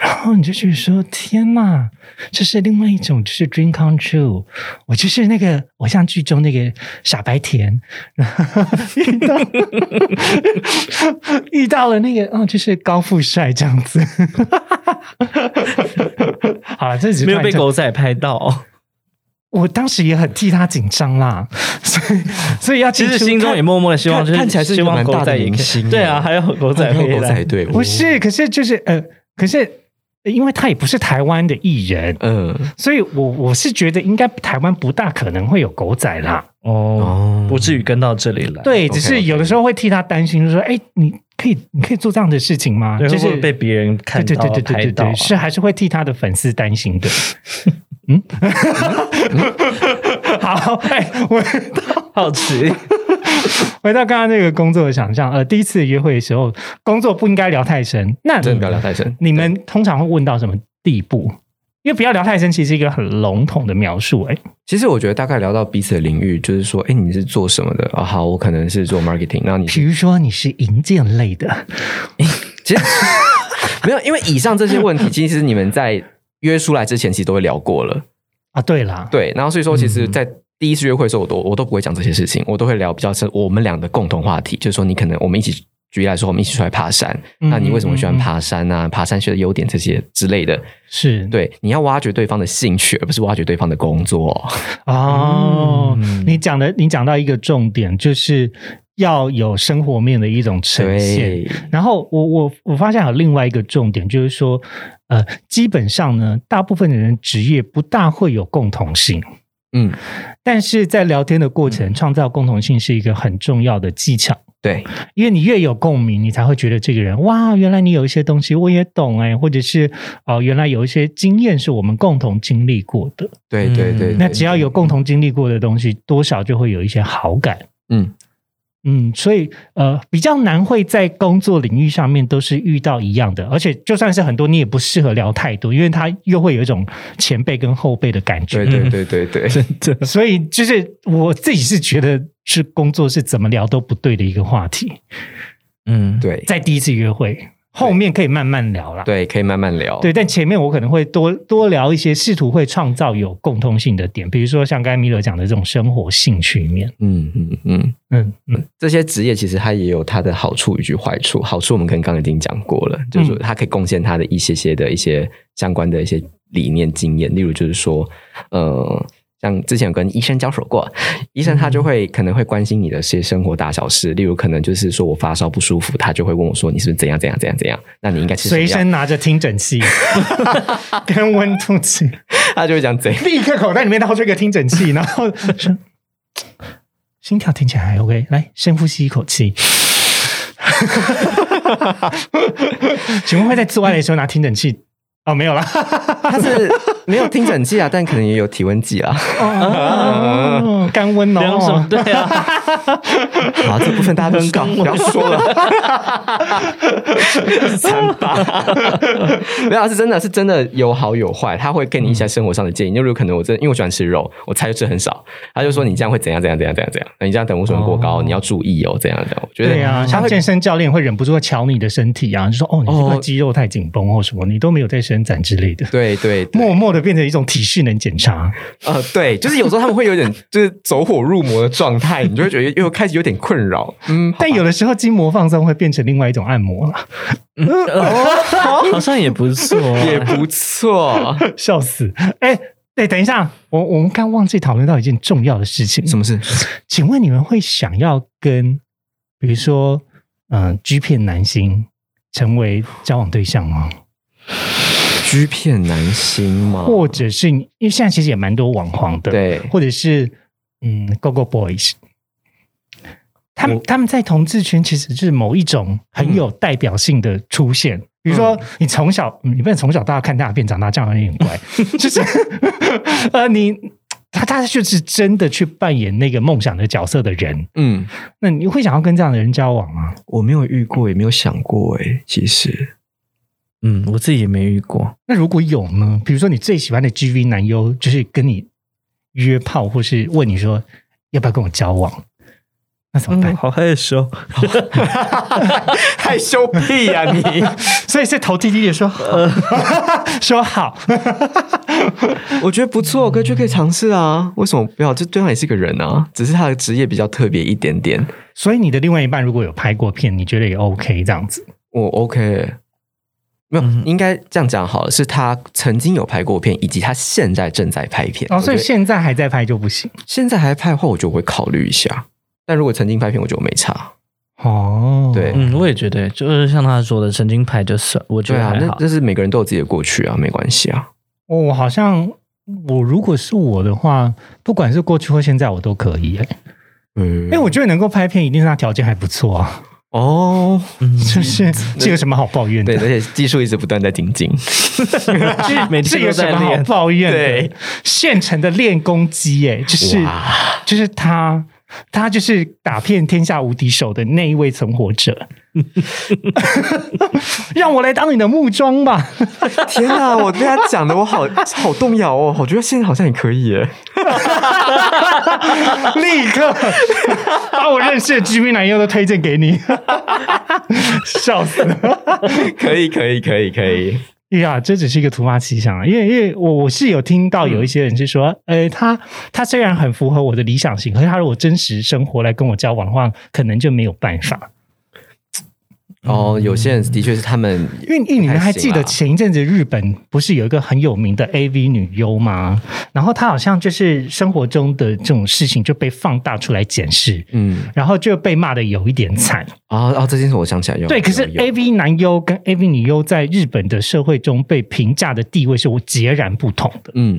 然后你就觉得说，天哪，这是另外一种，就是 dream come true。我就是那个偶像剧中那个傻白甜，遇到 遇到了那个，哦，就是高富帅这样子。 好了，这只是
没有
突
被
然讲
狗仔拍到，
我当时也很替他紧张啦，所以所以要
其实
清楚
心中
看
也默默的希望，
看
就是
看起来是一
希
个
望
蛮
狗
大的
仔也
明
可以
星
对
耶
啊，还有狗仔
还
可以
有狗
来
仔，队，
不是，可是就是呃，可是呃因为他也不是台湾的艺人，
嗯，
所以我我是觉得应该台湾不大可能会有狗仔啦。
哦
哦，
不至于跟到这里来，
对，
OK，
只是有的时候会替他担心，就说哎，你可以你可以做这样的事情吗？
对，
就
会不
是
会被别人看
对
到
对对对
拍
对
到啊
对，是还是会替他的粉丝担心 的。嗯，好，哎，我
好奇，
回到刚刚那个工作的想象，呃，第一次约会的时候，工作不应该聊太深。那
真的不要聊太深。
你们通常会问到什么地步？因为不要聊太深，其实是一个很笼统的描述、哎，
其实我觉得大概聊到彼此的领域，就是说，哎，你是做什么的？啊，好，我可能是做 marketing，那你是
比如说你是银建类的，
其实没有，因为以上这些问题，其实你们在约出来之前，其实都会聊过了。
啊，对啦，
对，然后所以说，其
嗯
实，在第一次约会的时候，我都我都不会讲这些事情，我都会聊比较深我们俩的共同话题，就是说，你可能我们一起。举例来说，我们一起出来爬山，
嗯
那你为什么喜欢
嗯嗯
爬山啊？爬山学的优点这些之类的，
是
对，你要挖掘对方的兴趣，而不是挖掘对方的工作哦。
哦。
嗯
你讲的，你讲到一个重点，就是要有生活面的一种呈现。
对，
然后我我我发现还有另外一个重点，就是说，呃，基本上呢，大部分的人职业不大会有共同性。
嗯，
但是在聊天的过程，创造共同性是一个很重要的技巧，
对，
因为你越有共鸣，你才会觉得这个人哇，原来你有一些东西我也懂哎、或者是哦、呃原来有一些经验是我们共同经历过的。
对，对，对
嗯
对。
那只要有共同经历过的东西，多少就会有一些好感。
嗯，
嗯，所以呃，比较难会在工作领域上面都是遇到一样的，而且就算是很多，你也不适合聊太多，因为他又会有一种前辈跟后辈的感觉。
对对对对对，
嗯
真的，
所以就是我自己是觉得是工作是怎么聊都不对的一个话题，
嗯，
对
在第一次约会后面可以慢慢聊啦。
对，可以慢慢聊。
对，但前面我可能会多多聊一些，试图会创造有共通性的点，比如说像刚才米勒讲的这种生活兴趣面。
嗯嗯嗯，
嗯嗯，
这些职业其实它也有它的好处以及坏处。好处我们刚刚已经讲过了，就是说它可以贡献它的一些些的一些相关的一些理念经验，例如就是说，呃。像之前有跟医生交手过，医生他就会可能会关心你的一些生活大小事，例如可能就是说我发烧不舒服，他就会问我说你是不是怎样怎样怎样怎样，那你应该吃什么
随
药？
身拿着听诊 器跟温度计，
他就会讲怎样。
立刻口袋里面掏出一个听诊器，然后说心跳听起来还 OK，来深呼吸一口 气。请问会在做爱的时候拿听诊器？哦，没有啦。
他是没有听诊器啊，但可能也有体温计啊。
哦，干温
聊什么
哦。
对啊，
好，这部分大家都知道，不要说 了。三八， 没有啊，是真的是真的有好有坏，他会给你一些生活上的建议。就如果可能我真的因为我喜欢吃肉，我菜就吃很少，他就说你这样会怎样怎样怎样怎样怎样，那你这样胆固醇过高，
哦
你要注意哦，这样这样。我觉得
对啊，
他
像
会
健身教练会忍不住会瞧你的身体啊，就说哦，你这块
哦
肌肉太紧绷或什么，你都没有在伸展之类的，
对对对，
默默的变成一种体适能检查。
呃，对，就是有时候他们会有点就是走火入魔的状态，你就会觉得又开始有点困扰。嗯，
但有的时候筋膜放松会变成另外一种按摩啊了，
好像也不错，啊
也不错。
笑死！哎、对，等一下，我我们刚忘记讨论到一件重要的事情，
什么 事？
请问你们会想要跟，比如说，嗯、呃、，G 片男星成为交往对象吗？
居片男星吗？
或者是你因为现在其实也蛮多网黄的，，
对，
或者是嗯，Go Go Boys，他们
我
他们在同志圈其实就是某一种很有代表性的出现。比如说，你从小，嗯你不能从小到大看大便长大，这样有点怪。就是呃，你他他就是真的去扮演那个梦想的角色的人，
嗯，
那你会想要跟这样的人交往吗？
我没有遇过，也没有想过哎、其实
嗯，我自己也没遇过，
那如果有呢？比如说，你最喜欢的 GV 男优，就是跟你约炮，或是问你说要不要跟我交往，那怎么办？
好害羞，
害羞屁呀、你！
所以是头低低的说好，说好，
我觉得不错，可就可以尝试啊，为什么不要？就对方也是个人啊，只是他的职业比较特别一点点。
所以你的另外一半如果有拍过片，你觉得也 OK 这样子？
我 OK，没有，应该这样讲好了，是他曾经有拍过片，以及他现在正在拍片。
哦，所以
我觉得
现在还在拍就不行
现在还拍的话，我就会考虑一下。但如果曾经拍片，我就没差。
哦。
对
嗯，我也觉得，就是像他说的，神经派就算，我觉
对
得
啊，
还
那
好，
这是每个人都有自己的过去啊，没关系啊。
哦我好像我如果是我的话，不管是过去或现在，我都可以、欸。
嗯
因为我觉得能够拍片，一定是他条件还不错 啊，
哦，
嗯
就是这有什么好抱怨
对，
的
而？且技术一直不断在精进。
每
这
天
有
都
什
在
么好
练，
抱怨的？
对，
现成的练功机，哎，就是
哇
就是他，他就是打遍天下无敌手的那一位存活 者。让我来当你的木桩吧，
天啊！我对他讲的，我好好动摇哦。我觉得现在好像也可以耶。
立刻把我认识的 G V 男优都推荐给你，, 笑死了！
可以，可以，可以，可以。
哎呀，这只是一个突发奇想啊，因为因为我我是有听到有一些人是说，呃，他他虽然很符合我的理想型，可是他如果真实生活来跟我交往的话，可能就没有办法。
哦，有些人的确是他们，
因为因为你们还记得
不太行
前一阵子日本不是有一个很有名的 AV 女优吗？然后她好像就是生活中的这种事情就被放大出来检视，
嗯，
然后就被骂的有一点惨。
哦哦，这件事我想起来有。
对，可是
有有
AV 男优跟 AV 女优在日本的社会中被评价的地位是截然不同的。
嗯，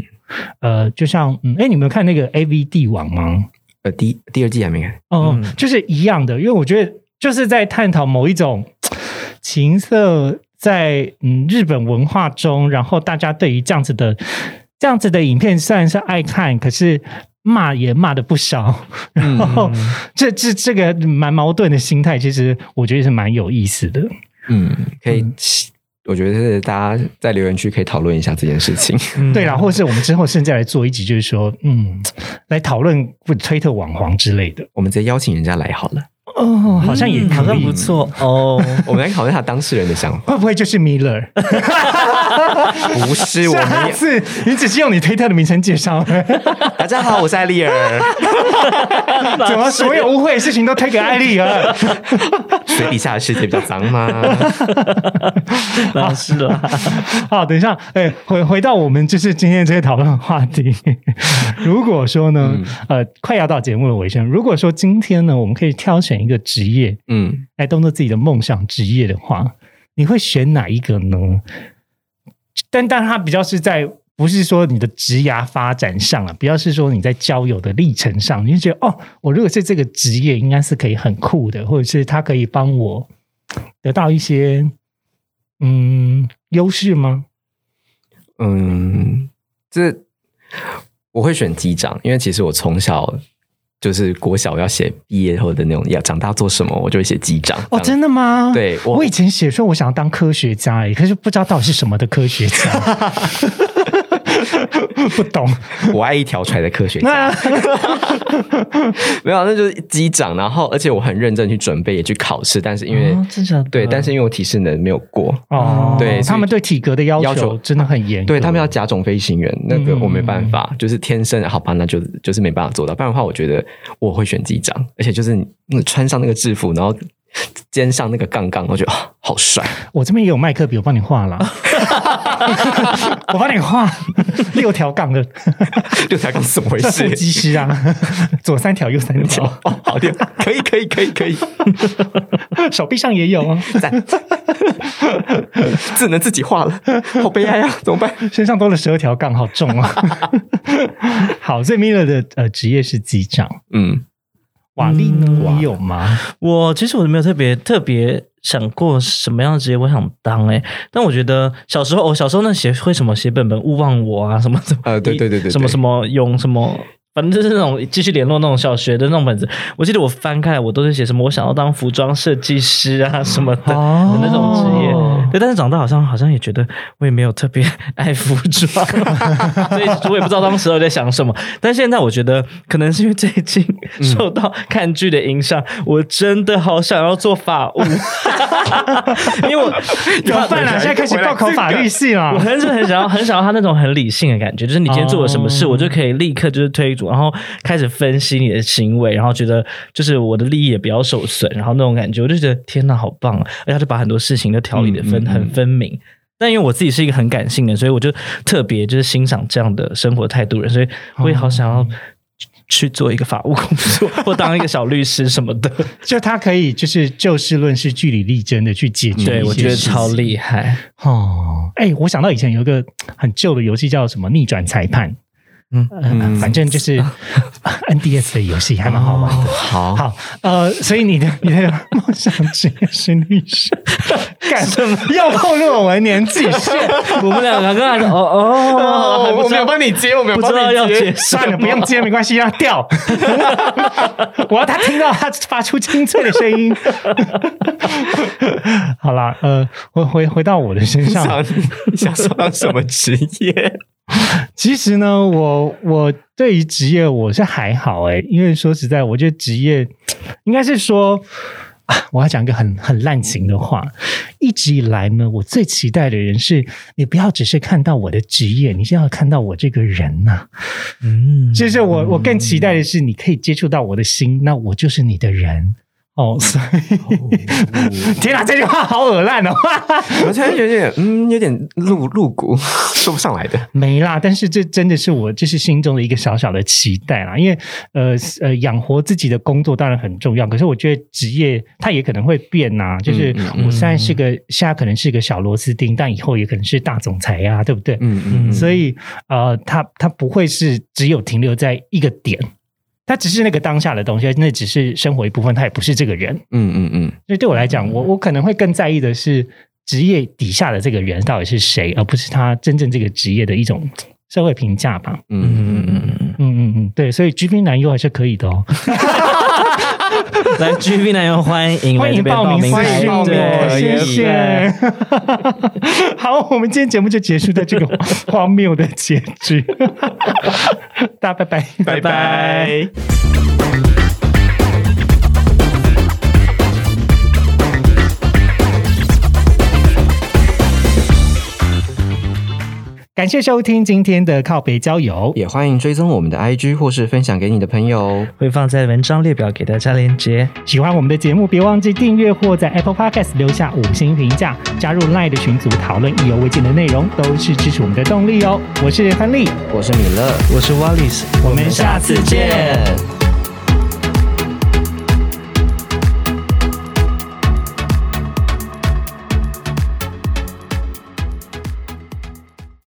呃，就像嗯，哎，你们有看那个 AV 帝王吗？
呃，第第二季还没看。
哦、
嗯
就是一样的，因为我觉得就是在探讨某一种情色在嗯日本文化中，然后大家对于这样子的这样子的影片虽然是爱看，可是骂也骂的不少，
嗯
然后这这这个蛮矛盾的心态，其实我觉得是蛮有意思的。
嗯，可以，我觉得是大家在留言区可以讨论一下这件事 情。
对啦，或是我们之后甚至来做一集，就是说，嗯，来讨论推特网黄之类的。
我们直接邀请人家来好了，
哦，好像也可以
好像不错哦。
我们来讨论一下当事人的想法。
会不会就是 Miller？
不是我
下
们，
次你只是用你推特的名称介绍，
大家好，我是艾丽尔，
怎么所有污秽的事情都推给艾丽儿？
水底下的世界比较脏吗？
老师啊啦，
好，等一下，哎、回回到我们就是今天这个讨论的话题。 如果说呢，
嗯
呃，快要到节目的尾声，如果说今天呢，我们可以挑选一个职业
嗯，
来当做自己的梦想职业的话，你会选哪一个呢？但但它比较是在。不是说你的职涯发展上啊，比较是说你在交友的历程上，你就觉得哦，我如果是这个职业，应该是可以很酷的，或者是它可以帮我得到一些嗯优势吗？
嗯，这我会选机长，因为其实我从小就是国小要写毕业后的那种要长大做什么，我就会写机长。
哦，真的吗？
对
我，
我
以前写说我想要当科学家、欸，可是不知道到底是什么的科学家， 不懂。
我爱一条船的科学家
那，
没有，那就是机长。然后，而且我很认真去准备，也去考试，但是因为、
哦真假的
对，但是因为我体适能没有过，
哦，
对所以
他们对体格的要
要求
真的很严格，
对他们要甲种飞行员，那个我没办法，就是天生好吧，那就就是没办法做到。不然的话，我觉得我会选机长，而且就是你穿上那个制服，然后肩上那个杠杠，我觉得、啊好帅。
我这边也有麦克笔，我帮你画 啦。 我帮你画六条杠的，
六条杠是怎么回
这是
事？
机师啊，左三条，右三条，
哦，好的，可以，可以，可以，可以，
手臂上也有啊，
赞！只能自己画了，好悲哀啊，怎么办？
身上多了十二条杠，好重 啊。好，所以 Miller 的呃职业是机长，
嗯，
瓦力呢？
嗯
你有吗？
我其实我没有特别特别想过什么样的职业我想当哎、但我觉得小时候我、小时候那写会什么写本本勿忘我啊什么什么
呃对对对对对
什么什么用什么。反正就是那种继续联络那种小学的那种本子，我记得我翻开来，我都是写什么我想要当服装设计师啊什么的的
哦
那种职业。对，但是长大好像好像也觉得我也没有特别爱服装， 所以我也不知道当时我在想什么。但现在我觉得可能是因为最近 受到看剧的影响，我真的好想要做法务， 因为我
怎么办啊？现在开始报考法律系了
啊
我。很是很想要，很想要他那种很理性的感觉，就是你今天做了什么事，
哦
我就可以立刻就是推主，然后开始分析你的行为，然后觉得就是我的利益也不要受损，然后那种感觉，我就觉得天呐，好棒、啊！而且他就把很多事情都条理的
嗯嗯
分、
嗯
很分明。但因为我自己是一个很感性的人，所以我就特别就是欣赏这样的生活态度的人，所以我也好想
哦
要去做一个法务工作， 或当一个小律师什么 的。
嗯
就他可以就是就事论事、据理力争的去解决一些事情。
对，我觉得超厉害。
哦。哎、我想到以前有一个很旧的游戏叫什么《逆转裁判》，
嗯
嗯，反正就是 NDS 的游戏，还蛮好玩的。
哦好，
好，呃，所以你的你的梦想职业是律师， 干什么？又碰入我们年纪是？
我们两个刚才哦哦，还不
我
知
没
道
有帮你接，我没有
不
帮
知道要
你
接
接。
算了，不用接，没关系，让他掉。 我要他听到他发出清脆的声音。 好啦，呃，回回回到我的身上，
想你想说当什么职业？
其实呢，我我对于职业我是还好诶、因为说实在，我觉得职业应该是说，啊我要讲一个很很滥情的话。一直以来呢，我最期待的人是你不要只是看到我的职业，你是要看到我这个人呐、
嗯，
就是我我更期待的是你可以接触到我的心，那我就是你的人。哦，所以， 天哪，这句话好恶烂哦！
我突然有点，嗯，有点露露骨，说不上来的。
没啦，但是这真的是我就是心中的一个小小的期待啦，因为呃呃，养活自己的工作当然很重要，可是我觉得职业它也可能会变呐、就是
嗯
我现在是个、现在可能是个小螺丝钉，但以后也可能是大总裁啊呀、对不对？
嗯嗯，
所以呃，它它不会是只有停留在一个点，它只是那个当下的东西，那只是生活一部分，它也不是这个人。
嗯嗯嗯，
所以对我来讲，我我可能会更在意的是职业底下的这个人到底是谁，而不是他真正这个职业的一种社会评价吧。
嗯嗯嗯，
嗯，
嗯嗯嗯，对，所以 G P 男优还是可以的哦。
来 G V 男友欢迎来
欢
这
迎
边
报名，
名
欢迎
来
报名，
对，
谢
可以
谢。 好，我们今天节目就结束在这个荒谬的结局， 大家拜拜。
拜拜。
感谢收听今天的靠北郊游，
也欢迎追踪我们的 IG 或是分享给你的朋友哦。
会放在文章列表给大家连接。
喜欢我们的节目，别忘记订阅或在 Apple Podcast 留下五星评价，加入 LINE 的群组讨论意犹未尽的内容，都是支持我们的动力哦。我是范丽，
我是米勒，
我是 Wallace，
我们下次见。
见。